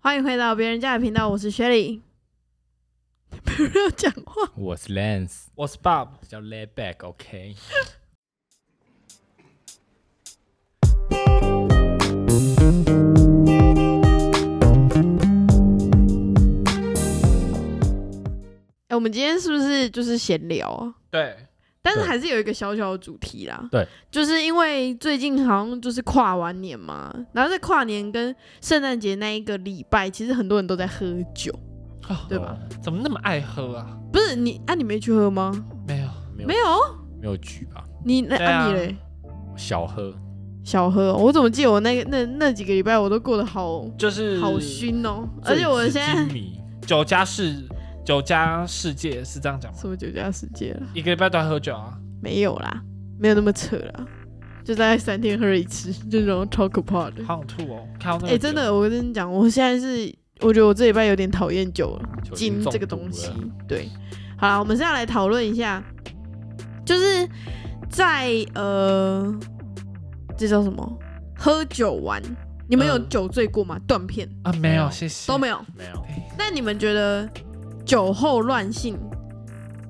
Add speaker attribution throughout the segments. Speaker 1: 欢迎回到别人家的频道，我是雪莉。不要讲话，
Speaker 2: 我是 Lance，
Speaker 3: 我是 Bob，
Speaker 2: 叫 Lay Back，OK、
Speaker 1: 哎，我们今天是不是就是闲聊啊？
Speaker 3: 对，
Speaker 1: 但是
Speaker 2: 对
Speaker 1: 还是有一个小小的主题啦。
Speaker 2: 对，
Speaker 1: 就是因为最近好像就是跨完年嘛，然后在跨年跟圣诞节那一个礼拜，其实很多人都在喝酒，
Speaker 2: 啊
Speaker 3: 哦
Speaker 1: 对吧？
Speaker 3: 怎么那么爱喝啊？
Speaker 1: 不是你啊？你没去喝吗？
Speaker 3: 没有，
Speaker 2: 没有
Speaker 1: 没有，
Speaker 2: 没有举吧，
Speaker 1: 你那
Speaker 3: 对啊
Speaker 1: 你嘞？
Speaker 2: 小喝，
Speaker 1: 小喝，我怎么记得我那个那那几个礼拜我都过得好
Speaker 3: 就是
Speaker 1: 好熏哦，而且我现在
Speaker 2: 醉之金迷
Speaker 3: 酒家世酒家世界是这 样讲吗？
Speaker 1: 什么酒驾世界了？
Speaker 3: 一个礼拜都在喝酒啊？
Speaker 1: 没有啦，没有那么扯啦，就大概三天喝一次， 这种超可怕的。
Speaker 3: 好想吐哦！看到那
Speaker 1: 哎、
Speaker 3: 个
Speaker 1: 真
Speaker 3: 酒
Speaker 1: 的，我跟你讲，我现在是，我觉得我这礼拜有点讨厌酒了。
Speaker 2: 酒精
Speaker 1: 金
Speaker 2: 中
Speaker 1: 这个
Speaker 2: 毒
Speaker 1: 东
Speaker 2: 了
Speaker 1: 西。对，好了，我们现在来讨论一下，就是在呃，这叫什么？喝酒玩，你们有
Speaker 3: 嗯
Speaker 1: 酒醉过吗？断片
Speaker 3: 啊，没有，谢谢，
Speaker 1: 都没有。
Speaker 2: 没有，
Speaker 1: 那你们觉得酒后乱性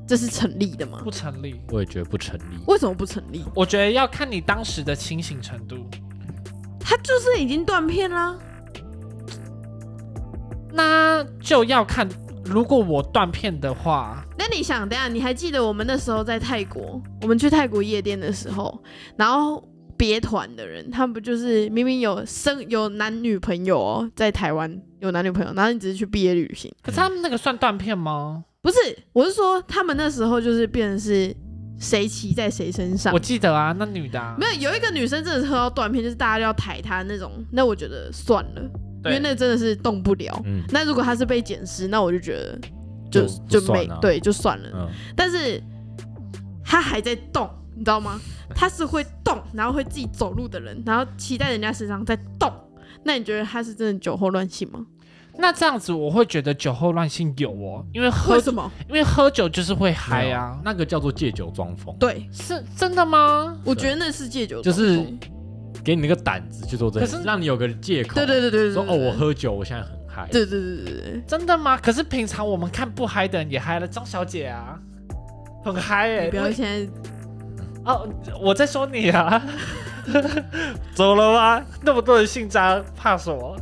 Speaker 1: 这是成立的吗
Speaker 3: 不？成立。
Speaker 2: 我也觉得不成立。
Speaker 1: 为什么不成立？
Speaker 3: 我觉得要看你当时的清醒程度。
Speaker 1: 他就是已经断片啦。
Speaker 3: 那就要看，如果我断片的话，
Speaker 1: 那你想，等一下你还记得我们那时候在泰国，我们去泰国夜店的时候，然后别团的人，他们不就是明明有生有男女朋友哦，在台湾有男女朋友，然后你只是去毕业旅行，
Speaker 3: 可是他们那个算断片吗？
Speaker 1: 不是？我是说他们那时候就是变成是谁骑在谁身上
Speaker 3: 我。记得啊，那女的、啊、
Speaker 1: 嗯没有，有一个女生真的是喝到断片，就是大家要抬她那种，那我觉得算了，因
Speaker 3: 对
Speaker 1: 为那真的是动不了。
Speaker 2: 嗯
Speaker 1: 那如果她是被捡尸，那我就觉得就就
Speaker 2: 就不
Speaker 1: 没
Speaker 2: 算啊
Speaker 1: 对，就算了。
Speaker 2: 嗯，
Speaker 1: 但是他还在动，你知道吗？他是会动，然后会自己走路的人，然后骑在人家身上在动。那你觉得他是真的酒后乱性吗？
Speaker 3: 那这样子我会觉得酒后乱性有哦，因为喝
Speaker 1: 为什么？
Speaker 3: 因为喝酒就是会嗨
Speaker 2: 没
Speaker 3: 啊
Speaker 2: 有。那个叫做借酒装疯，
Speaker 1: 对，
Speaker 3: 是真的吗？
Speaker 1: 我觉得那是戒酒的
Speaker 2: 就
Speaker 1: 东西，
Speaker 2: 是给你那个胆子去做这件
Speaker 3: 可
Speaker 2: 事，
Speaker 3: 是
Speaker 2: 让你有个借口，
Speaker 1: 对对对对对
Speaker 2: 说
Speaker 1: 对
Speaker 2: 哦，我喝酒，我现在很嗨，
Speaker 1: 对对对对对，
Speaker 3: 真的吗？可是平常我们看不嗨的人也嗨了，张小姐啊，很嗨哎、
Speaker 1: 你不
Speaker 3: 欸
Speaker 1: 要！现在
Speaker 3: 哦，我在说你啊，走了吗？那么多人姓张，怕什么？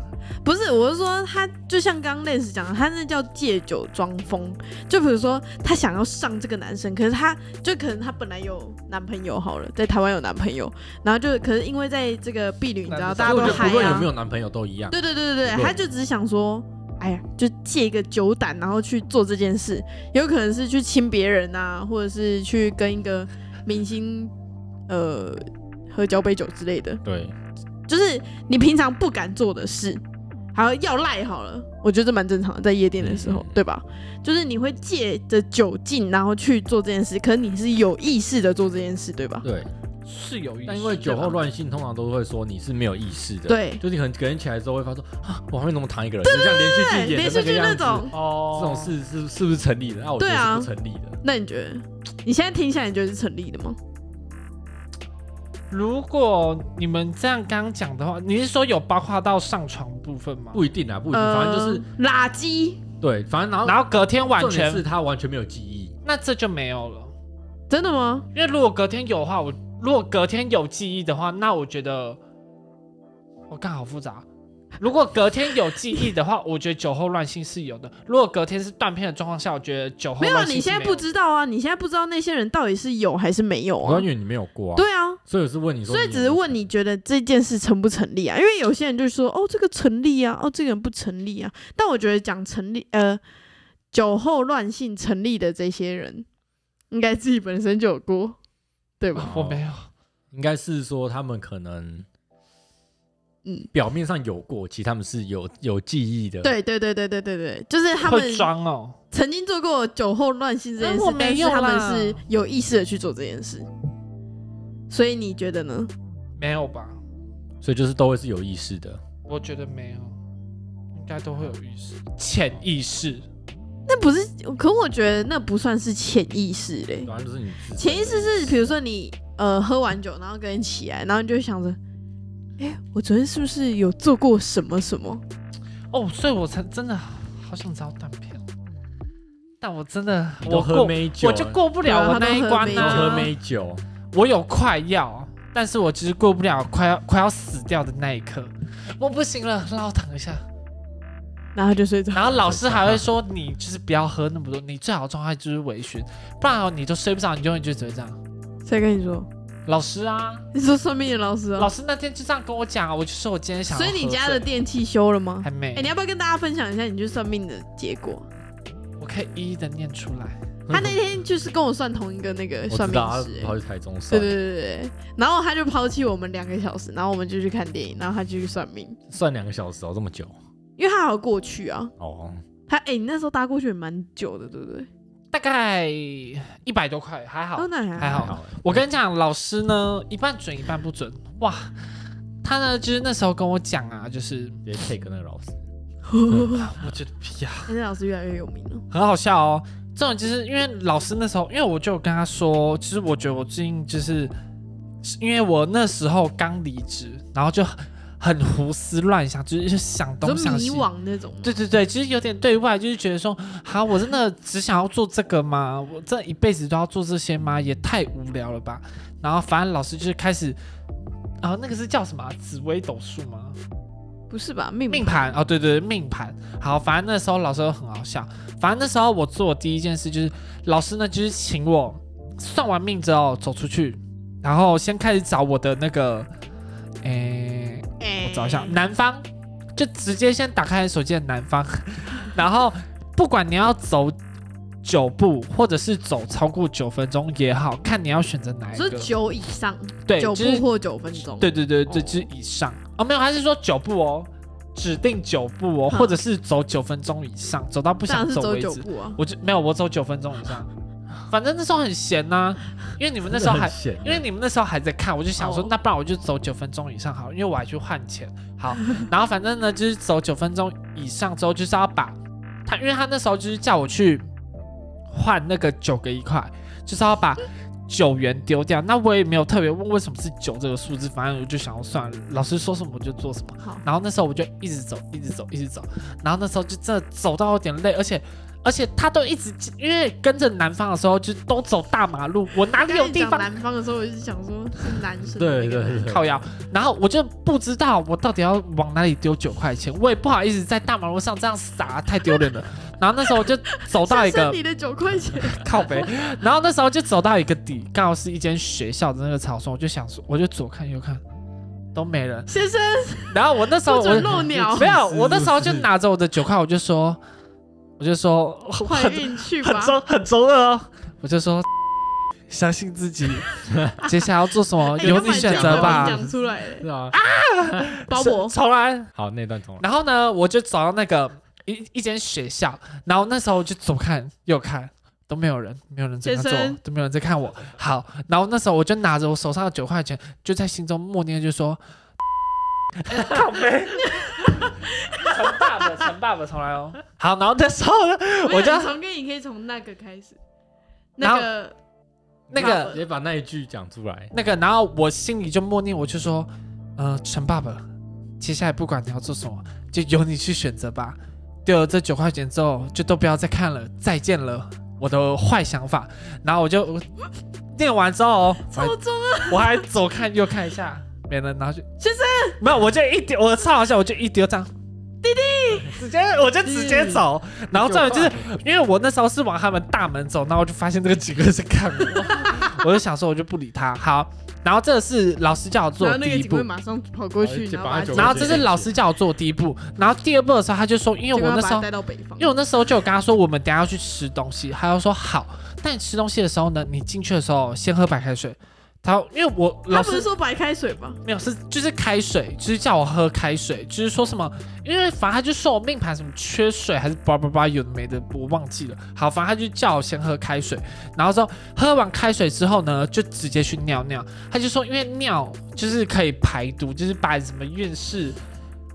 Speaker 1: 不是，我是说他就像刚刚认识讲的，他那叫借酒装疯。就比如说他想要上这个男生，可是他就可能他本来有男朋友好了，在台湾有男朋友，然后就可是因为在这个婢女，你知道
Speaker 3: 男的
Speaker 1: 大家
Speaker 2: 所以
Speaker 1: 都
Speaker 2: 我觉
Speaker 1: 嗨
Speaker 2: 得不论有
Speaker 1: 啊
Speaker 2: 没。有男朋友都一样，
Speaker 1: 对对对对对，
Speaker 2: 对
Speaker 1: 他就只是想说，哎呀，就借一个酒胆，然后去做这件事，有可能是去亲别人啊，或者是去跟一个明星呃喝交杯酒之类的，
Speaker 2: 对，
Speaker 1: 就是你平常不敢做的事，还要要赖好了，我觉得这蛮正常的，在夜店的时候
Speaker 2: 嗯，
Speaker 1: 对吧？就是你会借着酒劲，然后去做这件事，可是你是有意识的做这件事，对吧？
Speaker 2: 对，
Speaker 3: 是有意思，
Speaker 2: 但因为
Speaker 3: 啊
Speaker 2: 酒后乱性，通常都会说你是没有意识的，，
Speaker 1: 对，
Speaker 2: 就是你可能隔天起来之后会发现说啊，我还会怎么躺一个人，就像连续剧
Speaker 1: 对，
Speaker 2: 演
Speaker 1: 连
Speaker 2: 的
Speaker 1: 续
Speaker 2: 那个
Speaker 1: 剧那
Speaker 2: 样子，
Speaker 1: 种，
Speaker 3: 哦，
Speaker 2: 这种事是是不是成立的？那我觉
Speaker 1: 对啊
Speaker 2: 得是不成立的，
Speaker 1: 那你觉得你现在听下来，你觉得是成立的吗？
Speaker 3: 如果你们这样刚讲的话，你是说有包括到上床部分吗？
Speaker 2: 不一定啊，不一定，反正就是
Speaker 1: 呃、垃圾，
Speaker 2: 对，反正然后
Speaker 3: 然后隔天完
Speaker 2: 重点
Speaker 3: 全
Speaker 2: 是他完全没有记忆，
Speaker 3: 那这就没有了，
Speaker 1: 真的吗？
Speaker 3: 因为如果隔天有的话，我如果隔天有记忆的话，那我觉得我看好复杂。如果隔天有记忆的话，我觉得酒后乱性是有的；如果隔天是断片的状况下，我觉得酒
Speaker 2: 哦
Speaker 3: 后
Speaker 1: 没有，
Speaker 3: 乱性
Speaker 1: 你
Speaker 3: 是
Speaker 1: 现在
Speaker 3: 没有
Speaker 1: 不知道啊，你现在不知道那些人到底是有还是没有
Speaker 2: 我
Speaker 1: 啊
Speaker 2: 关？于你没有过啊，，
Speaker 1: 对啊，
Speaker 2: 所以我是问你说，
Speaker 1: 所以只是问你觉得这件事成不成立啊？因为有些人就说哦，这个成立啊，哦，这个人不成立啊。但我觉得讲成立，呃，酒后乱性成立的这些人，应该自己本身就有过，对
Speaker 2: 哦
Speaker 1: 吧？
Speaker 3: 我没有，
Speaker 2: 应该是说他们可能，
Speaker 1: 嗯，
Speaker 2: 表面上有过，其实他们是有有记忆的。，
Speaker 1: 对对对对对对对，就是他们
Speaker 3: 会装哦。
Speaker 1: 曾经做过酒后乱性这件事
Speaker 3: 啊我，
Speaker 1: 但
Speaker 3: 没
Speaker 1: 是
Speaker 3: 有
Speaker 1: 他们
Speaker 3: 啦
Speaker 1: 是有意识的去做这件事。所以你觉得呢？
Speaker 3: 没有吧？
Speaker 2: 所以就是都会是有意识的。
Speaker 3: 我觉得没有，应该都会有意识，潜意识。
Speaker 1: 那不是，可我觉得那不算是潜意识嘞。
Speaker 2: 反正就是你自
Speaker 1: 潜意识是，比如说你呃喝完酒，然后跟人起来，然后你就会想着，哎、我昨天是不是有做过什么什么？
Speaker 3: 哦，所以我才真的好想找断片哦，但我真的
Speaker 2: 你
Speaker 3: 我
Speaker 2: 都喝
Speaker 3: 过
Speaker 2: 美酒
Speaker 3: 我
Speaker 2: 了，
Speaker 3: 就过不了
Speaker 1: 对啊
Speaker 3: 我那一关
Speaker 1: 他都
Speaker 2: 都
Speaker 3: 呢、
Speaker 2: 喝美酒，
Speaker 3: 我有快要，但是我只是过不了快要快要死掉的那一刻，我不行了，让我躺一下。
Speaker 1: 然后就睡着。
Speaker 3: 然后老师还会说你就是不要喝那么多，你最好的状态就是微醺，不然哦你都睡不着，你永远就只会这样。
Speaker 1: 谁跟你说？
Speaker 3: 老师啊，
Speaker 1: 你说算命的老师
Speaker 3: 老
Speaker 1: 啊？
Speaker 3: 师那天就这样跟我讲啊，我就说我今天想
Speaker 1: 所
Speaker 3: 要喝
Speaker 1: 以
Speaker 3: 醉。
Speaker 1: 你家的电器修了吗？
Speaker 3: 还没？
Speaker 1: 哎、你要不要跟大家分享一下你去算命的结果？
Speaker 3: 我可以一一的念出来。
Speaker 1: 他那天就是跟我算同一个那个
Speaker 2: 我
Speaker 1: 呃算命
Speaker 2: 知道
Speaker 1: 师、哎
Speaker 2: 他跑去台中
Speaker 1: 对
Speaker 2: 算，
Speaker 1: 对对对，对然后他就抛弃我们两个小时，然后我们就去看电影，然后他就去算命，
Speaker 2: 算两个小时哦，这么久
Speaker 1: 因为他还要过去啊。
Speaker 2: 哦，
Speaker 1: 他哎、你那时候搭过去也蛮久的，对不对？
Speaker 3: 大概一百多块，还好
Speaker 1: 哦，。那还
Speaker 3: 还好
Speaker 2: 还好欸
Speaker 3: 我跟你讲，老师呢一半准一半不准，哇！他呢就是那时候跟我讲啊，就是
Speaker 2: 直接 take 那个老师，
Speaker 3: 我觉得屁啊，
Speaker 1: 那老师越来越有名了。
Speaker 3: 很好笑哦。这种就是因为老师那时候，因为我就有跟他说，其实我觉得我最近就是，因为我那时候刚离职，然后就很很胡思乱想，就是想
Speaker 1: 就
Speaker 3: 东想
Speaker 1: 迷
Speaker 3: 西，
Speaker 1: 惘那种吗，
Speaker 3: 对对对，其实有点对外，就是觉得说，好，我真的只想要做这个吗？我这一辈子都要做这些吗？也太无聊了吧。然后反正老师就是开始，啊，那个是叫什么啊、紫微斗数吗？
Speaker 1: 不是吧？命
Speaker 3: 命盘哦，对对对，命盘。好，反正那时候老师很好笑。反正那时候我做的第一件事就是，老师呢就是请我算完命之后走出去，然后先开始找我的那个，诶、
Speaker 1: 哎
Speaker 3: 我找一下南方，就直接先打开手机的南方， 然后不管你要走九步，或者是走超过九分钟也好，看你要选择哪一
Speaker 1: 说
Speaker 3: 个。
Speaker 1: 九以上，
Speaker 3: 对，
Speaker 1: 九
Speaker 3: 就是
Speaker 1: 步或九分钟，
Speaker 3: 对对对对，
Speaker 1: 哦
Speaker 3: 就是以上哦，没有，还是说九步哦，指定九步哦，
Speaker 1: 哼
Speaker 3: 或者是走九分钟以上，走到不
Speaker 1: 当
Speaker 3: 想
Speaker 1: 然是
Speaker 3: 走
Speaker 1: 走
Speaker 3: 为
Speaker 1: 九
Speaker 3: 止。
Speaker 1: 步啊。
Speaker 3: 我就没有，我走九分钟以上，反正那时候很闲呐、因为你们那时候还
Speaker 2: 真的很闲欸
Speaker 3: 因为你们那时候还在看，我就想说
Speaker 1: 哦，
Speaker 3: 那不然我就走九分钟以上好了，因为我还去换钱。好，然后反正呢，就是走九分钟以上之后，就是要把他，因为他那时候就是叫我去换那个九个一块，就是要把九元丢掉。那我也没有特别问为什么是九这个数字，反正我就想要算了，老师说什么我就做什么。
Speaker 1: 好，
Speaker 3: 然后那时候我就一直走，一直走，一直走。然后那时候就真的走到有点累，而且而且他都一直因为跟着南方的时候就都走大马路，我哪里有地
Speaker 1: 刚
Speaker 3: 方
Speaker 1: 才你讲南方的时候，我就想说是男生的那
Speaker 2: 对
Speaker 1: 个，
Speaker 2: 对对，
Speaker 3: 靠腰？然后我就不知道我到底要往哪里丢九块钱，我也不好意思在大马路上这样撒，太丢 脸了。然后那时候我就走到一
Speaker 1: 像
Speaker 3: 个
Speaker 1: 是你的九块钱，
Speaker 3: 靠 北，然后那时候就走到一个底，刚好是一间学校的那个草丛，我就想说，我就左看右看都没 人。
Speaker 1: 先生
Speaker 3: 然后我那时候
Speaker 1: 不
Speaker 3: 我
Speaker 1: 准漏鸟，
Speaker 3: 没有，
Speaker 2: 是
Speaker 3: 我那时候就是拿着我的九块，我就说， 我就说
Speaker 1: 怀孕去
Speaker 3: 很
Speaker 1: 吧。
Speaker 3: 中很中二哦，我就说 相信自己，接下来要做 什么
Speaker 1: 哎
Speaker 3: 由你选择
Speaker 1: 你干嘛
Speaker 3: 吧
Speaker 1: 讲。出来了，
Speaker 2: 是啊，
Speaker 1: 包勃。
Speaker 3: 重来。
Speaker 2: 好，那段重来，
Speaker 3: 然后呢，我就找到那个一一间学校，然后那时候我就左看右看。都没有人，没有人在
Speaker 1: 先
Speaker 3: 看
Speaker 1: 生
Speaker 3: 我，都没有人在看我。好，然后那时候我就拿着我手上的九块钱，就在心中默念，就说：“ 靠背， 陈爸爸，陈爸爸，重来哦。”好，然后那时候呢，我
Speaker 1: 我
Speaker 3: 就
Speaker 1: 讲从跟你可以从那个开始，那个
Speaker 3: 那
Speaker 2: 直
Speaker 3: 个
Speaker 2: 接把那一句讲出来，
Speaker 3: 那个，然后我心里就默念，我就说，呃，陈爸爸，接下来不管你要做什么，就由你去选择吧。丢了这九块钱之后，就都不要再看了，再见了，我的坏想法。然后我就我念完之后哦，我还
Speaker 1: 超中
Speaker 3: 我还左看右看一下，没人，然后就
Speaker 1: 先生
Speaker 3: 没有，我就一丢，我超好笑，我就一丢这样，弟弟，直接我就直接走。然后再来就是因为我那时候是往他们大门走，然后我就发现这个几个人在看我，我就 想说我就不理他。好，然后这是老师叫我做
Speaker 1: 然后那
Speaker 3: 的
Speaker 1: 个
Speaker 3: 第一
Speaker 1: 警卫
Speaker 3: 步。
Speaker 1: 马上跑过去，
Speaker 2: 然
Speaker 1: 然后
Speaker 2: 后就把
Speaker 1: 把
Speaker 2: 他九
Speaker 3: 然
Speaker 1: 然
Speaker 3: 后
Speaker 1: 后
Speaker 3: 这是老师叫我做的第一步，然后第二步的时候他就说，因为我那时候
Speaker 1: 带到北方，
Speaker 3: 因为我那时候就有跟他说，我们等一下要去吃东西，他就说好。但你吃东西的时候呢，你进去的时候先喝白开水。他因为我老
Speaker 1: 他
Speaker 3: 师
Speaker 1: 不是说白开水吗？
Speaker 3: 没有，是就是开水，就是叫我喝开水，就是说什么，因为反正他就说我命盘什么缺水还是叭叭叭有的没的，我忘记了。好，反正他就叫我先喝开水，然后之后喝完开水之后呢，就直接去尿尿。他就说，因为尿就是可以排毒，就是把什么运势。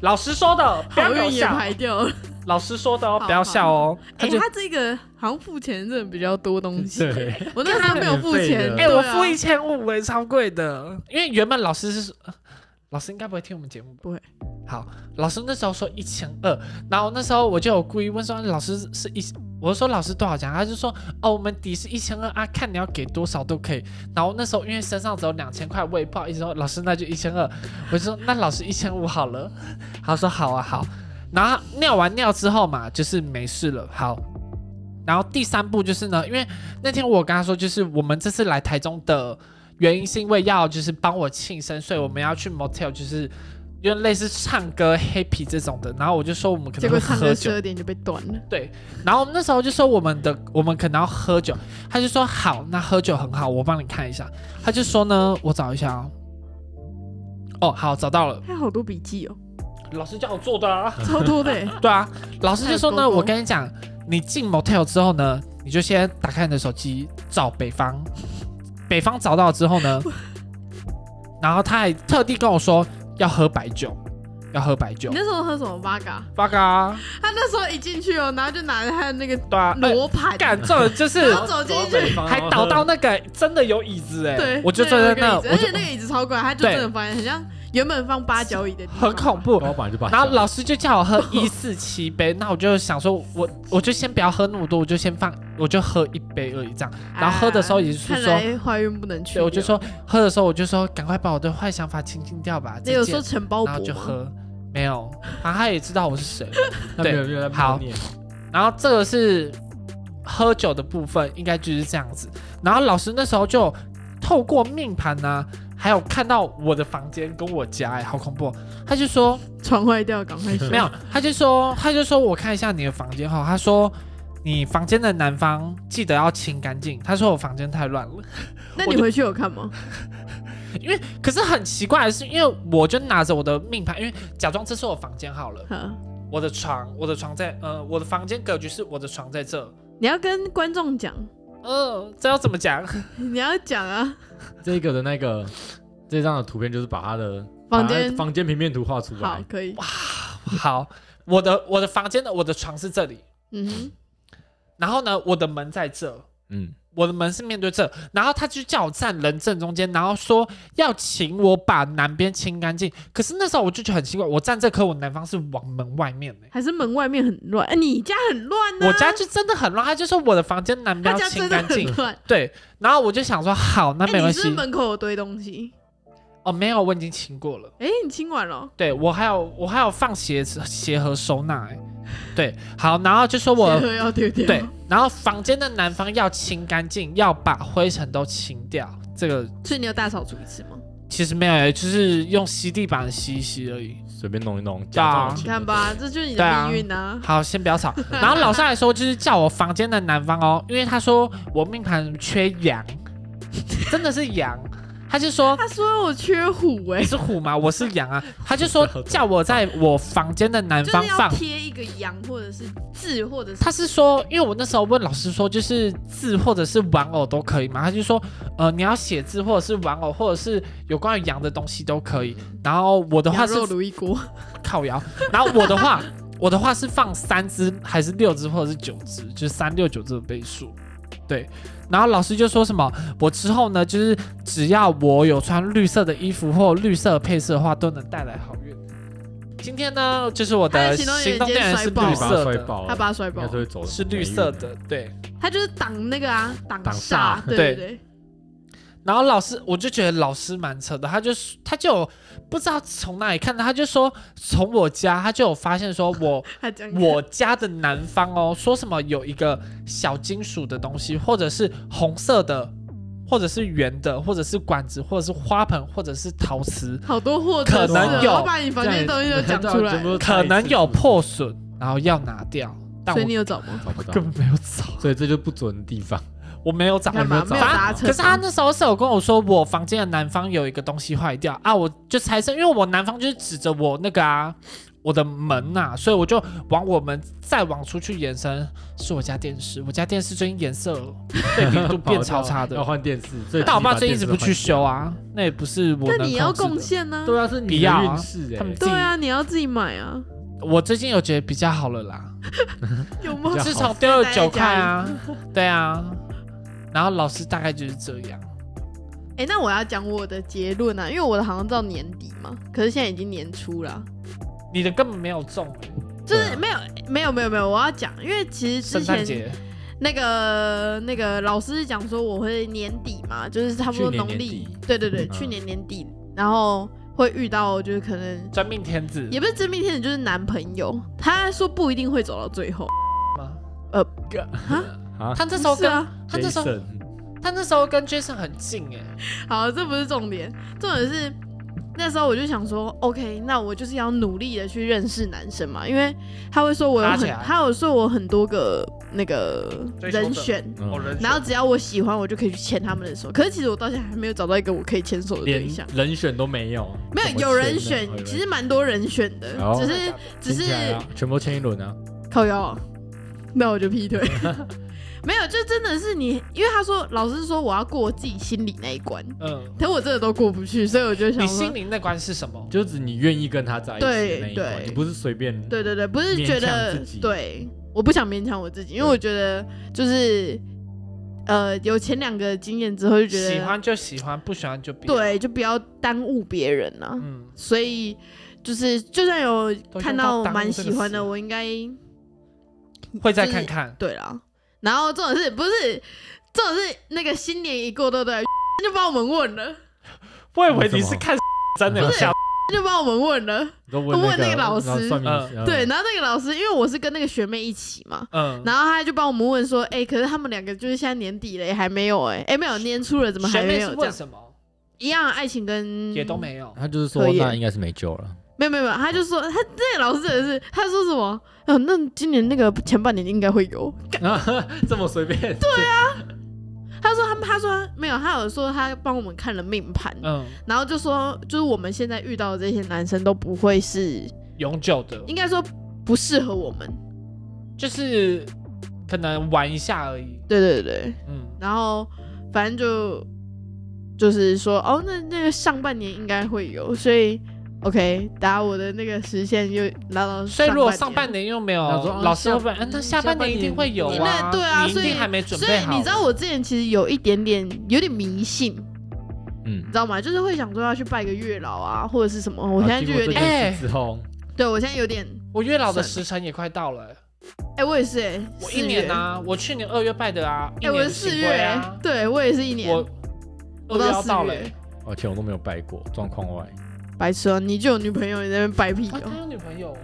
Speaker 3: 老师说的，不要
Speaker 1: 好
Speaker 3: 给我
Speaker 1: 运也
Speaker 3: 笑。
Speaker 1: 排掉了。
Speaker 3: 老师说的哦，
Speaker 1: 好
Speaker 3: 不要笑哦。他
Speaker 1: 哎，
Speaker 3: 就
Speaker 1: 他这个好像付钱真的比较多东西。
Speaker 2: 对，
Speaker 1: 我那时候没有付钱，
Speaker 2: 免费的
Speaker 3: 哎、
Speaker 1: 对啊
Speaker 3: 我付一千五，哎，超贵的。因为原本老师是，呃老师应该不会听我们节目吧？
Speaker 1: 不会。
Speaker 3: 好，老师那时候说一千二，然后那时候我就有故意问说啊老师是一，我就说老师多少钱？他就说哦，我们底是一千二啊，看你要给多少都可以。然后那时候因为身上只有两千块，我也不好意思说老师那就一千二，我就说那老师一千五好了。 他说好啊好，然后尿完尿之后嘛，就是没事了，好。然后第三步就是呢，因为那天我跟他说，就是我们这次来台中的原因是因为要就是帮我庆生，所以我们要去 motel，就是因为类似唱歌 happy 这种的。然后我就说我们可
Speaker 1: 结
Speaker 3: 能
Speaker 1: 果
Speaker 3: 会
Speaker 1: 唱
Speaker 3: 喝
Speaker 1: 歌十
Speaker 3: 酒，
Speaker 1: 二点就被断了。
Speaker 3: 然后我们那时候就说我们的我们可能要喝酒，他就说好，那喝酒很好，我帮你看一下。他就说呢，我找一下哦。哦，好，找到了，
Speaker 1: 他有好多笔记哦，
Speaker 3: 老师叫我做的啊。
Speaker 1: 超多的欸。
Speaker 3: 对啊，老师就说
Speaker 1: 还
Speaker 3: 呢，
Speaker 1: 有勾勾
Speaker 3: 我跟你讲，你进 motel 之后呢，你就先打开你的手机找北方， 北方找到之后呢，然后他还特地跟我说要喝白酒，要喝白酒
Speaker 1: 你，那时候喝什么八嘎？
Speaker 3: 八嘎，
Speaker 1: 他那时候一进去哦，然后就拿着他的那个
Speaker 3: 对啊，哎
Speaker 1: 罗盘，
Speaker 3: 干这种就 是
Speaker 1: 然后走进去
Speaker 3: 还倒到那个真的有椅子哎、
Speaker 1: 对，
Speaker 3: 我就
Speaker 1: 对
Speaker 3: 坐在
Speaker 1: 有一个
Speaker 3: 那，
Speaker 1: 椅子
Speaker 3: 我
Speaker 1: 而
Speaker 3: 就
Speaker 1: 且那个椅子超怪，他就真的放在很像原本放八角椅的地方，
Speaker 3: 很恐怖，
Speaker 2: 高板就把。
Speaker 3: 然后老师就叫我喝一四七杯， 那我就想说我我就先不要喝那么多，我就先放，我就喝一杯而已这样。
Speaker 1: 啊。
Speaker 3: 然后喝的时候也是
Speaker 1: 看
Speaker 3: 说，
Speaker 1: 来怀孕不能去
Speaker 3: 对，
Speaker 1: 掉，
Speaker 3: 我就说喝的时候，我就说赶快把我的坏想法清清掉吧。
Speaker 1: 你
Speaker 3: 再
Speaker 1: 有
Speaker 3: 见
Speaker 1: 说承包
Speaker 3: 然后
Speaker 1: 博
Speaker 3: 就
Speaker 1: 吗？
Speaker 3: 喝，没有，反正他也知道我是谁。
Speaker 2: 那没有没有在
Speaker 3: 好
Speaker 2: 帮你
Speaker 3: 然后这个是喝酒的部分，应该就是这样子。然后老师那时候就透过命盘呢、还有看到我的房间跟我家、哎，好恐怖哦！他就说
Speaker 1: 床坏掉，赶快修。
Speaker 3: 没有，他就说他就说我看一下你的房间哈，他说。你房间的南方记得要清干净。他说我房间太乱了，
Speaker 1: 那你回去有看吗？
Speaker 3: 可是很奇怪的是，因为我就拿着我的命盘，因为假装这是我房间好了，
Speaker 1: 好
Speaker 3: 我的床，我的床在，呃，我的房间格局是我的床在这，
Speaker 1: 你要跟观众讲，
Speaker 3: 嗯、这要怎么讲？
Speaker 1: 你要讲啊，
Speaker 2: 这个的那个这张的图片，就是把他的
Speaker 1: 房
Speaker 2: 把
Speaker 1: 间
Speaker 2: 他房间平面图画出
Speaker 1: 好
Speaker 2: 来。
Speaker 1: 可以，
Speaker 3: 好，我的我的房间的我的床是这里，
Speaker 1: 嗯哼，
Speaker 3: 然后呢，我的门在这，
Speaker 2: 嗯，
Speaker 3: 我的门是面对这，然后他就叫我站人正中间，然后说要请我把南边清干净。可是那时候我就觉得很奇怪，我站这颗，我南方是往门外面的、
Speaker 1: 还是门外面很乱，哎，你家很乱呢，
Speaker 3: 我家就真的很乱，他就说我的房间南边
Speaker 1: 他
Speaker 3: 要
Speaker 1: 家
Speaker 3: 清
Speaker 1: 真的
Speaker 3: 干净
Speaker 1: 很，乱，
Speaker 3: 对，然后我就想说好，那
Speaker 1: 哎，
Speaker 3: 没关
Speaker 1: 你是
Speaker 3: 系
Speaker 1: 不是。门口有堆东西，
Speaker 3: 哦，没有，我已经清过了。
Speaker 1: 哎，你清完了，
Speaker 3: 对我还有我还有放鞋子鞋盒收纳、欸。对，好，然后就说我
Speaker 1: 鞋盒 要丢掉，
Speaker 3: 对，然后房间的南方要清干净，要把灰尘都清掉。这个
Speaker 1: 所以你有大扫除一次吗？
Speaker 3: 其实没有、欸，就是用吸地板吸一吸而已。
Speaker 2: 随便弄一弄，
Speaker 3: 对
Speaker 2: 假
Speaker 3: 啊
Speaker 2: 装
Speaker 1: 你
Speaker 2: 清
Speaker 1: 看吧，这就是你
Speaker 3: 对
Speaker 1: 的
Speaker 3: 啊
Speaker 1: 命运呐。
Speaker 3: 好，先不 要吵。然后老师还说，就是叫我房间的南方哦，因为他说我命盘缺阳，真的是阳。他就说
Speaker 1: 他说我缺虎哎
Speaker 3: 你，是虎吗？我是羊啊。他就说叫我在我房间的南
Speaker 1: 就
Speaker 3: 方
Speaker 1: 是要
Speaker 3: 放
Speaker 1: 贴一个羊或者是字或者是
Speaker 3: 他是说，因为我那时候问老师说，就是字或者是玩偶都可以嘛，他就说，呃，你要写字或者是玩偶，或者是有关于羊的东西都可以。然后我的话
Speaker 1: 羊
Speaker 3: 是
Speaker 1: 肉卤一锅，
Speaker 3: 靠羊，然后我的话， 我的话是放三只还是六只或者是九只，就是三六九这个倍数。对，然后老师就说什么，我之后呢，就是只要我有穿绿色的衣服或绿色配色的话，都能带来好运。今天呢，就是我
Speaker 1: 他
Speaker 3: 的
Speaker 1: 的行动电
Speaker 3: 行
Speaker 1: 源
Speaker 3: 动电源是
Speaker 1: 直接
Speaker 3: 绿
Speaker 1: 爆
Speaker 2: 把
Speaker 1: 了
Speaker 2: 他
Speaker 3: 色
Speaker 2: 摔
Speaker 3: 的，
Speaker 2: 爆了，
Speaker 1: 他把它摔
Speaker 2: 应
Speaker 1: 爆
Speaker 2: 该，是会走
Speaker 3: 是绿色的，对。
Speaker 1: 他就是挡那个啊，挡
Speaker 2: 挡
Speaker 1: 煞，
Speaker 2: 煞
Speaker 1: 对
Speaker 3: 对
Speaker 1: 对，
Speaker 3: 然后老师，我就觉得老师蛮扯的，他就他就有不知道从哪里看到，他就说从我家，他就有发现说我
Speaker 1: 他这样
Speaker 3: 我家的南方哦，说什么有一个小金属的东西，或者是红色的，或者是圆的，或者是管子，或者是花盆，或者是陶瓷，
Speaker 1: 好多货者是
Speaker 3: 可能有
Speaker 1: 我把你房间的东西都讲出来，
Speaker 3: 可能有破损，然后要拿掉，但
Speaker 1: 所
Speaker 3: 我
Speaker 1: 以你有找吗？
Speaker 2: 找不到，
Speaker 3: 根本没有找，
Speaker 2: 所以这就不准的地方。
Speaker 3: 我没有找
Speaker 1: 你。看吧，
Speaker 2: 有
Speaker 1: 没
Speaker 2: 没
Speaker 1: 有
Speaker 2: 有找
Speaker 1: 达成。
Speaker 3: 可是他那时候是有跟我说，我房间的南方有一个东西坏掉啊，我就猜测，因为我南方就是指着我那个啊，我的门呐、所以我就往我们再往出去延伸，是我家电视，我家电视最近颜色对比 度变超差
Speaker 2: 要
Speaker 3: 的，
Speaker 2: 换电视，所以
Speaker 3: 但我爸
Speaker 2: 自
Speaker 3: 最
Speaker 2: 己
Speaker 3: 近
Speaker 2: 把
Speaker 3: 一直不去
Speaker 2: 电视
Speaker 3: 修啊，那也不是我能
Speaker 1: 但你要贡
Speaker 3: 控制的。
Speaker 1: 献呢
Speaker 2: 换。，对啊，是你
Speaker 3: 不要
Speaker 2: 的
Speaker 3: 啊
Speaker 2: 运势
Speaker 3: 他们
Speaker 2: 哎，
Speaker 1: 对啊，你要自己买啊，
Speaker 3: 我最近有觉得比较好了啦，
Speaker 1: 有吗
Speaker 2: 比？较 好
Speaker 3: 自从丢了九块 啊，对啊，然后老师大概就是这样。
Speaker 1: 哎，那我要讲我的结论啊，因为我的好像到年底嘛，可是现在已经年初了。
Speaker 3: 你的根本没有中、欸
Speaker 1: 就是没有没有没有没有，我要讲，因为其实之
Speaker 3: 圣诞
Speaker 1: 前
Speaker 3: 节
Speaker 1: 那个那个老师是讲说我会年底嘛，就是差不多
Speaker 2: 去年
Speaker 1: 农历
Speaker 2: 年底，
Speaker 1: 对对对，
Speaker 2: 嗯
Speaker 1: 去年年底，然后会遇到就是可
Speaker 2: 嗯
Speaker 1: 能
Speaker 3: 真命天子
Speaker 1: 也不是真命天子，就是男朋友。他说不一定会走到最后，
Speaker 3: 吗？
Speaker 1: 呃
Speaker 2: 啊，
Speaker 3: 他这时候
Speaker 1: 不是
Speaker 3: 跟、
Speaker 1: 啊。
Speaker 3: 他这时候
Speaker 2: Jason，
Speaker 3: 他那时候跟 Jason 很近哎、
Speaker 1: 好，这不是重点，重点是那时候我就想说，OK，那我就是要努力的去认识男生嘛，因为他会说我有
Speaker 3: 拉起
Speaker 1: 很，
Speaker 3: 来
Speaker 1: 他有说我很多个那个
Speaker 3: 追求者
Speaker 1: 人选，
Speaker 2: 嗯
Speaker 3: 我人
Speaker 1: 然后只要我喜欢，我就可以去牵他们的手。可是其实我到现在还没有找到一个我可以牵手的对
Speaker 2: 连
Speaker 1: 象，
Speaker 2: 人选都没有，
Speaker 1: 没
Speaker 2: 怎么
Speaker 1: 有有人
Speaker 2: 签
Speaker 1: 选
Speaker 2: 呢哦有，人
Speaker 1: 其实蛮多人选的，
Speaker 2: 哦
Speaker 1: 只是只
Speaker 2: 听
Speaker 1: 是
Speaker 2: 起来啊全部签一轮啊，
Speaker 1: 靠腰啊，那我就劈腿。 没有，就真的是你，因为他说老师说我要过我自己心里那一关，
Speaker 3: 嗯，
Speaker 1: 可我真的都过不去，所以我就想
Speaker 3: 你
Speaker 1: 说
Speaker 3: 心，灵那关是什么？
Speaker 2: 就是你愿意跟他在一起的那一
Speaker 1: 对
Speaker 2: 关，
Speaker 1: 对
Speaker 2: 你不是随便
Speaker 1: 对对对，不是
Speaker 2: 勉
Speaker 1: 觉
Speaker 2: 强
Speaker 1: 得
Speaker 2: 自己
Speaker 1: 对，我不想勉强我自己，因为
Speaker 2: 对
Speaker 1: 我觉得就是呃，有前两个经验之后就觉得
Speaker 3: 喜欢就喜欢，不喜欢就不要。
Speaker 1: 对，就不要耽误别人啊。
Speaker 3: 嗯，
Speaker 1: 所以就是就算有
Speaker 3: 都
Speaker 1: 看
Speaker 3: 用到
Speaker 1: 到
Speaker 3: 耽误
Speaker 1: 蛮
Speaker 3: 这个
Speaker 1: 喜欢
Speaker 3: 词
Speaker 1: 的，
Speaker 3: 了
Speaker 1: 我应该
Speaker 3: 会再
Speaker 1: 就是
Speaker 3: 看看。
Speaker 1: 对啦。然后重点是不是重点是那个新年一过，对不 对？就帮我们问了，
Speaker 3: 我以为你是看真的有
Speaker 1: 啊
Speaker 3: 下
Speaker 1: 就帮我们问了。
Speaker 3: 嗯
Speaker 2: 都
Speaker 1: 问
Speaker 2: 那
Speaker 1: 那个老
Speaker 2: 然后
Speaker 1: 师
Speaker 2: 算命师，嗯
Speaker 1: 对，，然后那个老师，因为我是跟那个学妹一起嘛，
Speaker 3: 嗯，
Speaker 1: 然后他就帮我们问说，哎、可是他们两个就是现在年底了，还没有哎、哎、没有年初了，怎么还
Speaker 3: 学妹
Speaker 1: 没
Speaker 3: 是
Speaker 1: 有这
Speaker 3: 问
Speaker 1: 样？
Speaker 3: 什么
Speaker 1: 一样，爱情跟
Speaker 3: 也都没有。
Speaker 2: 他就是
Speaker 1: 可
Speaker 2: 说
Speaker 1: 以
Speaker 2: 那应该是没救了，
Speaker 1: 没有没有没有，他就说他那个老师真的是，他说什么？嗯、那今年那个前半年应该会有。
Speaker 2: 这么随便，对啊，
Speaker 1: 他说他他说他没有，他有说他帮我们看了命盘，
Speaker 3: 嗯，
Speaker 1: 然后就说就是我们现在遇到的这些男生都不会是，
Speaker 3: 永久的，
Speaker 1: 应该说不适合我们。
Speaker 3: 就是可能玩一下而已。
Speaker 1: 对对对，
Speaker 3: 嗯，
Speaker 1: 然后反正就就是说哦，那那个上半年应该会有，所以 OK，打我的那个时限又拉到，
Speaker 3: 所以如果上半。年又没有
Speaker 2: 想说啊，
Speaker 3: 老师
Speaker 2: 下
Speaker 3: 会不会？嗯，那下
Speaker 2: 下
Speaker 3: 半
Speaker 2: 半
Speaker 3: 年一
Speaker 2: 年
Speaker 3: 定会有
Speaker 1: 你
Speaker 3: 啊
Speaker 1: 那。对啊，
Speaker 3: 你一
Speaker 1: 所以
Speaker 3: 定还没准
Speaker 1: 所
Speaker 3: 备
Speaker 1: 以
Speaker 3: 好。
Speaker 1: 你知道我之前其实有一点点有点迷信，你
Speaker 2: 嗯
Speaker 1: 知，道吗？就是会想说要去拜个月老啊，或者是什么。我现在就有点，
Speaker 3: 哎
Speaker 2: 哎，之后
Speaker 1: 对我现在有点，
Speaker 3: 我月老的
Speaker 1: 算
Speaker 3: 时辰也快到了欸，
Speaker 1: 哎、我也是哎、欸，
Speaker 3: 我
Speaker 1: 四
Speaker 3: 一
Speaker 1: 月
Speaker 3: 年，啊，我去年二月拜的啊，一
Speaker 1: 哎、我
Speaker 3: 年
Speaker 1: 是四
Speaker 3: 醒
Speaker 1: 月、
Speaker 3: 归
Speaker 1: 欸
Speaker 3: 啊，
Speaker 1: 对我也是一年，
Speaker 3: 我
Speaker 1: 我
Speaker 3: 二月
Speaker 1: 到
Speaker 3: 要
Speaker 1: 四
Speaker 3: 到了
Speaker 1: 月
Speaker 3: 欸，
Speaker 2: 而哦且我都没有拜过，状况外，
Speaker 1: 白痴哦、你就有女朋友，你在那边摆屁
Speaker 3: 啊，他
Speaker 1: 哦、
Speaker 3: 有女朋友啊？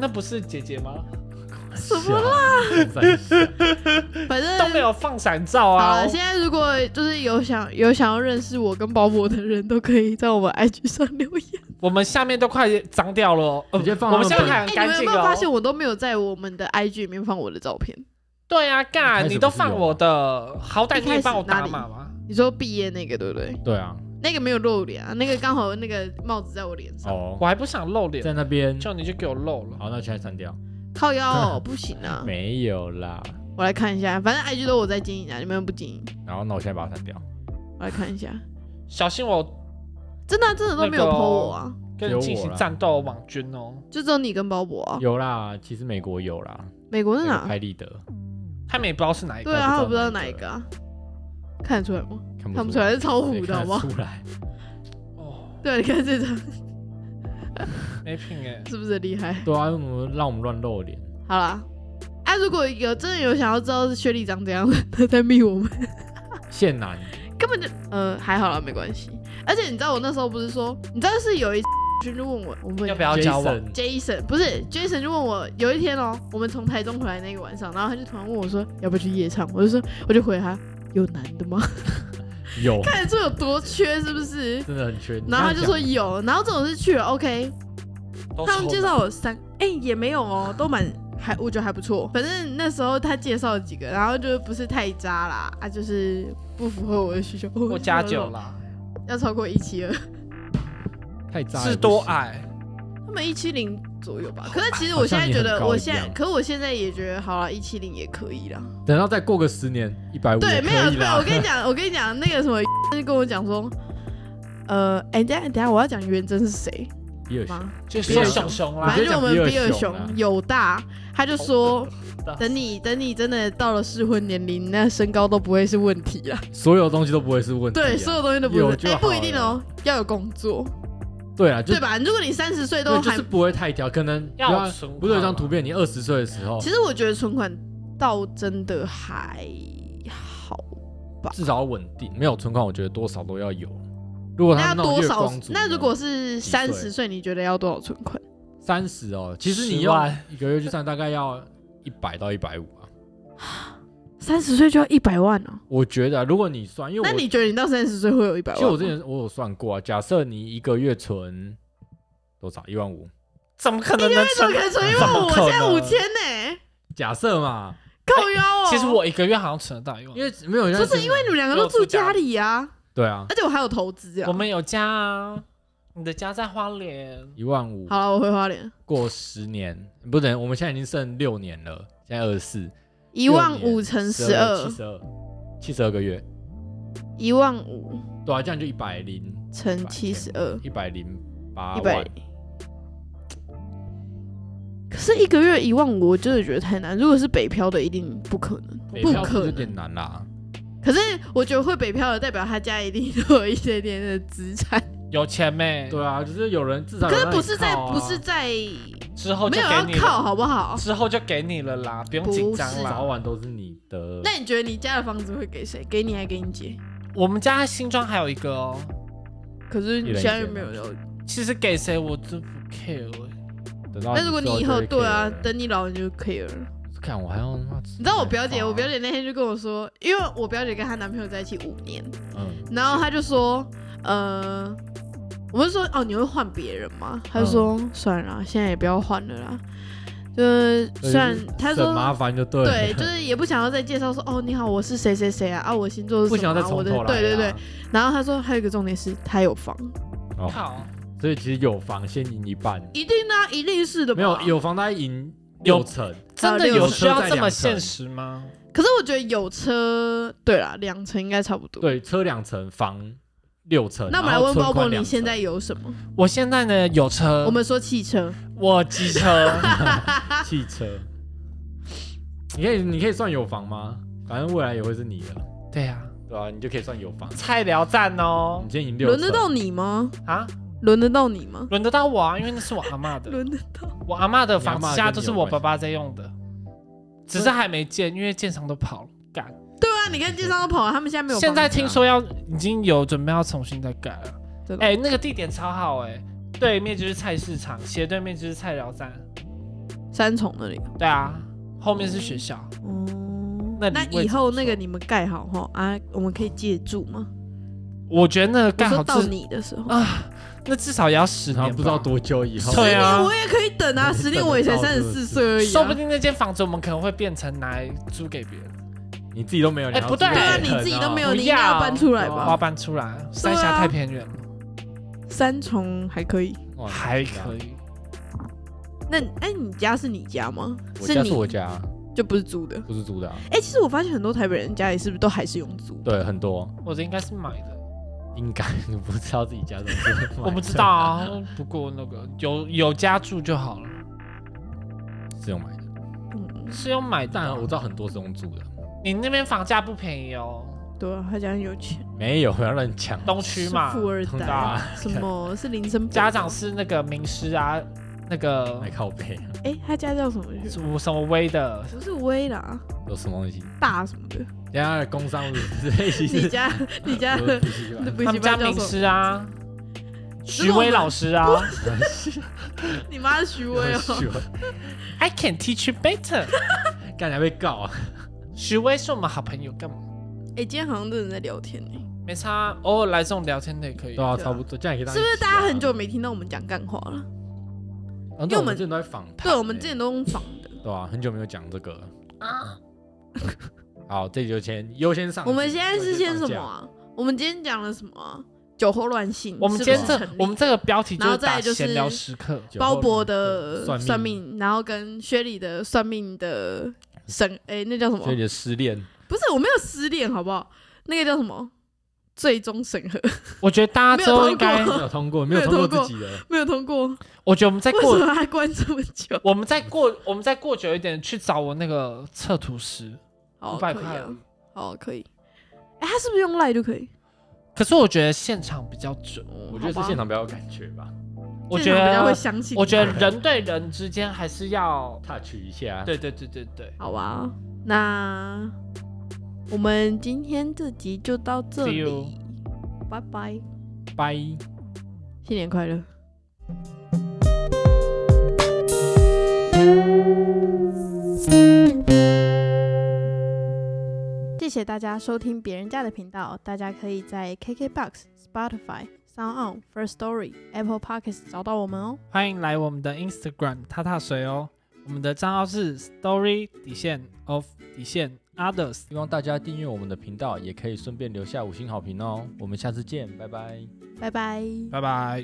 Speaker 3: 那不是姐姐吗？
Speaker 1: 嗯什么
Speaker 2: 啦？
Speaker 1: 反正
Speaker 3: 都没有放闪照
Speaker 1: 好
Speaker 3: 啊
Speaker 1: 了，！现在如果就是有想有想要认识我跟保姆的人都可以在我们 IG 上留言。
Speaker 3: 我们下面都快脏掉了哦，呃
Speaker 2: 直接放
Speaker 3: 我们
Speaker 2: 他
Speaker 3: 现
Speaker 2: 们
Speaker 3: 在还
Speaker 1: 哎、
Speaker 3: 很
Speaker 1: 你
Speaker 3: 干
Speaker 1: 们有
Speaker 3: 净
Speaker 1: 没有
Speaker 3: 哦
Speaker 1: 发。现我都没有在我们的 IG 里面放我的照片？
Speaker 3: 对啊，
Speaker 2: 一开
Speaker 3: 干，
Speaker 2: 始
Speaker 3: 你都
Speaker 2: 不是有
Speaker 3: 放我的，好歹
Speaker 1: 一
Speaker 3: 你
Speaker 1: 开
Speaker 3: 也
Speaker 1: 始
Speaker 3: 帮我
Speaker 1: 哪
Speaker 3: 打
Speaker 1: 里
Speaker 3: 码嘛。
Speaker 1: 你说毕业那个对不
Speaker 3: 嗯
Speaker 1: 对？
Speaker 2: 对啊，
Speaker 1: 那个没有露脸啊，那个刚好那个帽子在我脸上，
Speaker 2: 哦
Speaker 3: 我，还不想露脸，
Speaker 2: 在那边，
Speaker 3: 叫你就给我露了。
Speaker 2: 好，那现在删掉，
Speaker 1: 靠腰、哦、不行 啊。
Speaker 2: 没有啦，
Speaker 1: 我来看一下，反正 IG 都我在经营啊，你们又不经营，
Speaker 2: 然后那我现在把它删掉，
Speaker 1: 我来看一下。
Speaker 3: 小心我
Speaker 1: 真的啊、真的都没有
Speaker 3: 那个
Speaker 1: PO
Speaker 3: 哦
Speaker 1: 我啊，
Speaker 3: 跟
Speaker 2: 只有我
Speaker 3: 你进行
Speaker 2: 啦
Speaker 3: 战斗网军哦，
Speaker 1: 就只有你跟鲍勃啊。
Speaker 2: 有啦，其实美国有啦，
Speaker 1: 美国是
Speaker 2: 那个
Speaker 1: 哪？
Speaker 2: 拍立得
Speaker 3: 他们也不知道是哪一
Speaker 1: 对
Speaker 3: 个。
Speaker 1: 啊，我
Speaker 2: 我
Speaker 1: 不
Speaker 2: 不
Speaker 1: 知
Speaker 2: 知
Speaker 1: 道
Speaker 2: 道
Speaker 1: 哪
Speaker 2: 哪
Speaker 1: 一
Speaker 2: 一
Speaker 1: 个
Speaker 2: 个
Speaker 1: 啊，看得出来吗？
Speaker 2: 看
Speaker 1: 看不
Speaker 2: 不
Speaker 1: 出来，是超
Speaker 2: 谁
Speaker 1: 糊的，好
Speaker 2: 看
Speaker 1: 不
Speaker 2: 得
Speaker 1: 好？
Speaker 2: 出来，
Speaker 3: 哦，
Speaker 1: 对，你看这张
Speaker 3: 没品哎，
Speaker 1: 是不是很厉害？
Speaker 2: 对啊，我们让我们乱露脸，
Speaker 1: 好啦，哎、如果有真的有想要知道是薛丽长怎样的，他在密我们，
Speaker 2: 现男
Speaker 1: 根本就呃还好啦，没关系。而且你知道我那时候不是说，你知道是有一次群就问我，我们
Speaker 3: 要不要交往？
Speaker 2: Jason
Speaker 1: Jason 不是 Jason 就问我，有一天哦，我们从台中回来那个晚上，然后他就突然问我说要不要去夜唱，我就说我就回他有男的吗？
Speaker 2: 有，
Speaker 1: 看这有多缺是不是？
Speaker 2: 真的很缺，
Speaker 1: 然后他
Speaker 2: 你
Speaker 1: 就
Speaker 2: 这
Speaker 1: 说
Speaker 2: 样
Speaker 1: 有，然后这种是去了 OK，
Speaker 3: 都
Speaker 1: 他们
Speaker 3: 丑
Speaker 1: 介绍我三，哎、也没有 哦，都蛮还我觉得还不错。反正那时候他介绍了几个，然后就不是太渣啦，啊，就是不符合我的需求。
Speaker 3: 我加酒，啦，
Speaker 1: 要超过一七二，
Speaker 2: 讲太渣了
Speaker 3: 是多，矮？
Speaker 1: 他们一七零左右吧。可是其实我现在觉
Speaker 2: 好像你很
Speaker 1: 得，
Speaker 2: 高
Speaker 1: 我
Speaker 2: 一
Speaker 1: 现在，
Speaker 2: 样
Speaker 1: 可我现在也觉得，好了，一七零也可以啦。
Speaker 2: 不行等到再过个十年，一百五
Speaker 1: 对，没有，对，
Speaker 2: 啦，
Speaker 1: 我跟你讲，我 跟你讲，那个什么就跟我讲说，呃，哎、等一下等一下，我要讲元真是谁
Speaker 2: 比尔熊
Speaker 1: 吗？
Speaker 3: 就
Speaker 2: 比
Speaker 3: 说
Speaker 2: 尔
Speaker 3: 熊熊啦
Speaker 1: 反，正就我们
Speaker 2: 我觉得
Speaker 1: 比
Speaker 2: 讲比
Speaker 1: 尔
Speaker 2: 尔
Speaker 1: 熊
Speaker 2: 熊啊
Speaker 1: 有大，他就说。
Speaker 3: 的
Speaker 1: 等你等你真的到了适婚年龄，那身高都不会是问题了。
Speaker 2: 所有东西都不会是问题啊，
Speaker 1: 对，所有东西都不
Speaker 2: 有
Speaker 1: 是，
Speaker 2: 就
Speaker 1: 哎、
Speaker 2: 好
Speaker 1: 不一定哦，要有工作，
Speaker 2: 对对啊，就
Speaker 1: 对吧？如果你三十岁都
Speaker 2: 对，就
Speaker 1: 还
Speaker 2: 是，不会太挑，可能不
Speaker 3: 要
Speaker 2: 要
Speaker 3: 存啊
Speaker 2: 不是有一张
Speaker 3: 款
Speaker 2: 图片，你二十岁的时候，
Speaker 1: 其实我觉得存款倒真的还好。
Speaker 2: 至少要稳定，没有存款，我觉得多少都要有。如果
Speaker 1: 那
Speaker 2: 他
Speaker 1: 要
Speaker 2: 们种
Speaker 1: 多
Speaker 2: 月
Speaker 1: 少
Speaker 2: 光？族呢，
Speaker 1: 那如果是
Speaker 2: 几
Speaker 1: 三
Speaker 2: 岁
Speaker 1: 十岁，你觉得要多少存款？
Speaker 2: 三十哦，其实你
Speaker 3: 10
Speaker 2: 要
Speaker 3: 万
Speaker 2: 一个月去算，大概要一百到一百五啊。
Speaker 1: 三十岁就要一百万哦、
Speaker 2: 我觉得啊、如果你算，因为
Speaker 1: 那
Speaker 2: 我
Speaker 1: 你觉得你到三十岁会有一百
Speaker 2: 其
Speaker 1: 万吗？
Speaker 2: 实我之前我有算过啊，假设你一个月存多少一万五，
Speaker 3: 怎么可能能
Speaker 1: 怎
Speaker 3: 存
Speaker 1: 么可？能存一万五？我
Speaker 3: 怎么可能
Speaker 1: 现在五千呢，
Speaker 2: 假设嘛，
Speaker 1: 靠
Speaker 2: 哎
Speaker 1: 腰哦、
Speaker 3: 其实我一个月好像存得到一万，
Speaker 2: 因为没有人
Speaker 1: 不是因
Speaker 2: 为
Speaker 1: 为你们两个都住家里啊，
Speaker 2: 对啊，
Speaker 1: 而且我还有投资啊
Speaker 3: 我。们有家啊，你的家在花莲，
Speaker 2: 一万五
Speaker 1: 好了，我回花莲，
Speaker 2: 过十年，不能，我们现在已经剩六年了，现在二十四，
Speaker 1: 一万五乘十
Speaker 2: 七
Speaker 1: 二，
Speaker 2: 十二，七十二个月，
Speaker 1: 一万五
Speaker 2: 对啊，这样就一百零
Speaker 1: 乘七十二，
Speaker 2: 一百零八
Speaker 1: 一百
Speaker 2: 万。。
Speaker 1: 可是一个月一万五，我真的觉得太难。如果是北漂的，一定不可能，
Speaker 2: 北
Speaker 1: 不
Speaker 2: 漂是
Speaker 1: 可
Speaker 2: 有
Speaker 1: 能。
Speaker 2: 点难啦，
Speaker 1: 可是我觉得会北漂的，代表他家一定都有一些点的资产。
Speaker 3: 有钱没？
Speaker 2: 对啊，就是有人至少有
Speaker 1: 可是
Speaker 2: 让你
Speaker 1: 不是在
Speaker 2: 靠啊哦
Speaker 1: 不是在
Speaker 3: 之后就
Speaker 1: 没有
Speaker 3: 给
Speaker 1: 要
Speaker 3: 你
Speaker 1: 靠，
Speaker 3: 了，
Speaker 1: 好不好？
Speaker 3: 之后就给你了啦，啊不用紧张
Speaker 1: 不是
Speaker 2: 早
Speaker 3: 啦。
Speaker 2: 晚都是你的。
Speaker 1: 那你觉得你家的房子会给谁？给你还给你姐？
Speaker 3: 我们家新庄还有一个哦，
Speaker 1: 可是你
Speaker 2: 一人一
Speaker 1: 现在又
Speaker 2: 间
Speaker 1: 没有
Speaker 2: 吗
Speaker 1: 要
Speaker 3: 其实给谁我真不 care 欸
Speaker 2: 等到
Speaker 1: 那如果你以
Speaker 2: 之
Speaker 1: 后
Speaker 2: 就会
Speaker 1: 对啊
Speaker 2: care，了
Speaker 1: 等你老了你就可以了。
Speaker 2: 看我还要你
Speaker 1: 你知道我表
Speaker 2: 哦
Speaker 1: 姐，我表姐那天就跟我说，因为我表姐跟她男朋友在一起五年，
Speaker 2: 嗯
Speaker 1: 然后她就说，呃，我就说哦，你会换别人吗？她就说、
Speaker 2: 嗯
Speaker 1: 算了啦，现在也不要换了啦。就是虽然她
Speaker 2: 省麻
Speaker 1: 说
Speaker 2: 烦就对了，
Speaker 1: 对，就是也不想要再介绍说哦，你好，我是谁谁谁啊，啊，我星座
Speaker 2: 不
Speaker 1: 是什
Speaker 2: 想
Speaker 1: 么、
Speaker 2: 要
Speaker 1: 啊，
Speaker 2: 再
Speaker 1: 我
Speaker 2: 从
Speaker 1: 的
Speaker 2: 头来啊。
Speaker 1: 对对对。然后她说还有一个重点是她有房，
Speaker 2: 哦
Speaker 3: 靠，
Speaker 2: 所以其实有房先赢一半，
Speaker 1: 一定的、啊，一定是的吧。
Speaker 2: 没有有房大概赢六成，
Speaker 3: 真的有需
Speaker 2: 车
Speaker 3: 要
Speaker 2: 在
Speaker 3: 这么
Speaker 2: 两层
Speaker 3: 现实吗？
Speaker 1: 可是我觉得有车，对啦，两成应该差不多。
Speaker 2: 对，车两成，房六成。
Speaker 1: 那我们来
Speaker 2: 然后
Speaker 1: 问
Speaker 2: 存
Speaker 1: 包
Speaker 2: 款
Speaker 1: 包，你
Speaker 2: 两
Speaker 1: 现在
Speaker 2: 成
Speaker 1: 有什么？
Speaker 3: 我现在呢有车，
Speaker 1: 我们说汽车，
Speaker 3: 我机车，
Speaker 2: 汽车，你可以你可以算有房吗？反正未来也会是你的，
Speaker 3: 对呀，
Speaker 2: 对啊，你就可以算有房。
Speaker 3: 菜聊赞哦
Speaker 2: 你先赢六成，
Speaker 1: 轮得到你吗？
Speaker 3: 啊，
Speaker 1: 轮得到你吗？
Speaker 3: 轮得到我啊，因为那是我阿嬷的，
Speaker 1: 轮得到？
Speaker 3: 我阿嬷的
Speaker 2: 你阿
Speaker 3: 房
Speaker 2: 嬷
Speaker 3: 子现在
Speaker 2: 跟
Speaker 3: 都
Speaker 2: 你
Speaker 3: 是
Speaker 2: 有
Speaker 3: 我
Speaker 2: 关
Speaker 3: 爸爸在用的，只是还没建，因为建商都跑了。干，
Speaker 1: 对啊，你看街上都跑了，他们现在没有房
Speaker 3: 现
Speaker 1: 子啊。
Speaker 3: 在听说要已经有准备要重新再改了
Speaker 1: 真。的
Speaker 3: 哎、那个地点超好哎、对面就是菜市场，斜对面就是菜寮站。
Speaker 1: 三重那里，
Speaker 3: 对啊，后面是学校。
Speaker 1: 哦、
Speaker 3: 那里
Speaker 1: 那
Speaker 3: 位置
Speaker 1: 以后
Speaker 3: 不错
Speaker 1: 那个你们盖好后啊，我们可以借住吗？
Speaker 3: 我觉得那个
Speaker 1: 我
Speaker 3: 盖
Speaker 1: 说
Speaker 3: 好
Speaker 1: 到
Speaker 3: 至
Speaker 1: 你的时候，
Speaker 3: 啊，那至少也要十
Speaker 2: 然后
Speaker 3: 年吧，
Speaker 2: 不知道多久以后，
Speaker 3: 对啊
Speaker 1: 我也可以等啊，十年我也才三十四岁而已、啊，
Speaker 3: 说不定那间房子我们可能会变成拿来租给别人。
Speaker 2: 你自己都没有，
Speaker 3: 哎
Speaker 2: 你要
Speaker 3: 不
Speaker 2: 自
Speaker 3: 对
Speaker 1: 对
Speaker 2: 己
Speaker 1: 啊，
Speaker 2: 啃
Speaker 1: 你自己都没有，
Speaker 3: 不
Speaker 1: 你应该要
Speaker 3: 要
Speaker 1: 搬出来
Speaker 2: 啊
Speaker 3: 我要
Speaker 1: 吧？啊
Speaker 3: 搬出来，三峡太偏远了，
Speaker 1: 三重还可以。
Speaker 2: 哇
Speaker 3: 还可
Speaker 2: 以。
Speaker 3: 以。
Speaker 1: 那哎，你家是你家吗？
Speaker 2: 我家
Speaker 1: 你
Speaker 2: 是我家，
Speaker 1: 就不是租的。
Speaker 2: 不是租的啊。
Speaker 1: 哎、其实我发现很多台北人家里是不是都还是用租？
Speaker 2: 对，很多
Speaker 3: 我的应该是买的，
Speaker 2: 应该你不知道自己家怎么 住
Speaker 3: 我不知道啊。不过那个有有家住就好了，
Speaker 2: 是用买的，
Speaker 1: 嗯，
Speaker 3: 是用买的
Speaker 2: 但我
Speaker 3: 啊。
Speaker 2: 知道很多是用租的，
Speaker 3: 你那边房价不便宜哦，
Speaker 1: 对啊，他家很有钱，
Speaker 2: 没有不要乱讲。
Speaker 3: 东区
Speaker 1: 是
Speaker 3: 嘛，
Speaker 1: 富二代啊，什么是林森北
Speaker 3: 家长是那个名师啊，那个
Speaker 2: 来靠背啊
Speaker 1: 哎、他家叫什么去？
Speaker 3: 什么什么威的，
Speaker 1: 不是威啦，
Speaker 2: 有什么东西？
Speaker 1: 大什么 的。
Speaker 2: 人家的工商之类
Speaker 1: 你
Speaker 2: 是
Speaker 1: 家你家
Speaker 2: 我的
Speaker 1: 的的补
Speaker 2: 补习班
Speaker 3: 他
Speaker 1: 习
Speaker 3: 们家
Speaker 1: 班叫
Speaker 3: 名
Speaker 1: 什么？
Speaker 3: 师啊，
Speaker 1: 是
Speaker 3: 徐
Speaker 1: 我们
Speaker 3: 威老师啊
Speaker 1: 你妈是徐威哦、
Speaker 2: 喜欢
Speaker 3: ，I can teach you better。
Speaker 2: 干才被告啊！
Speaker 3: 徐威是我们好朋友，干嘛？
Speaker 1: 哎、今天好像真的在聊天呢、
Speaker 3: 没差，啊偶尔来这种聊天的也可以
Speaker 2: 对。啊，差不多，这样也可以当一集啊。
Speaker 1: 是不是大家很久没听到我们讲干话了？
Speaker 2: 啊？因
Speaker 1: 因为我们
Speaker 2: 之前都在访谈欸，
Speaker 1: 对，我们之前都用仿的。
Speaker 2: 对啊，很久没有讲这个了。 好，这集就先优先上集。
Speaker 1: 我们现在是先什么
Speaker 2: 因为放假？
Speaker 1: 啊？我们今天讲了什么、啊？酒后乱性。
Speaker 3: 我们今天
Speaker 1: 是不
Speaker 3: 这
Speaker 1: 是成立
Speaker 3: 我们这个标题就
Speaker 1: 然后
Speaker 3: 是
Speaker 1: 再
Speaker 3: 打
Speaker 1: 就是
Speaker 3: 闲聊时刻，
Speaker 2: 酒后
Speaker 1: 鲍勃的
Speaker 2: 算
Speaker 1: 算
Speaker 2: 命
Speaker 1: 命，然后跟薛礼的算命的神，哎、那叫什么
Speaker 2: 所以？你的失 恋，
Speaker 1: 不是，我没有失恋，好不好？那个叫什么？最终审核
Speaker 3: 我觉得大家之后应该
Speaker 1: 没有通
Speaker 2: 没有通过，没
Speaker 1: 没
Speaker 2: 有
Speaker 1: 有
Speaker 2: 通过
Speaker 1: 通过
Speaker 2: 自己的，
Speaker 1: 没有通过，
Speaker 3: 我觉得我们再
Speaker 1: 为什
Speaker 3: 过，
Speaker 1: 么还关这么久？
Speaker 3: 我们再过，我们再过久一点去找我那个测图师，
Speaker 1: 好，
Speaker 3: 五百
Speaker 1: 可以
Speaker 3: 块
Speaker 1: 啊，好，可以。哎、他是不是用赖就可以？
Speaker 3: 可是我觉得现场比较准，
Speaker 1: 哦
Speaker 2: 我觉得
Speaker 1: 好
Speaker 2: 是
Speaker 1: 吧
Speaker 2: 现场比较有感觉吧。
Speaker 3: 我
Speaker 1: 这
Speaker 3: 觉
Speaker 1: 种比较会
Speaker 3: 得，
Speaker 1: 相信。
Speaker 3: 我觉得人对人之间还是要，
Speaker 2: touch 一下，
Speaker 3: 对对对对对，
Speaker 1: 好吧，那我们今天这集就到这
Speaker 3: See you
Speaker 1: 里，拜拜，
Speaker 3: 拜。
Speaker 1: 新年快乐。谢谢大家收听别人家的频道，大家可以在 KKBox、Spotify、Sound On、First Story、Apple Podcasts 找到我们哦。
Speaker 3: 欢迎来我们的 Instagram 踏踏水哦，我们的账号是 Story 底线 of 底线 Others。
Speaker 2: 希望大家订阅我们的频道，也可以顺便留下五星好评哦。我们下次见，拜拜。
Speaker 1: 拜拜。
Speaker 3: 拜拜。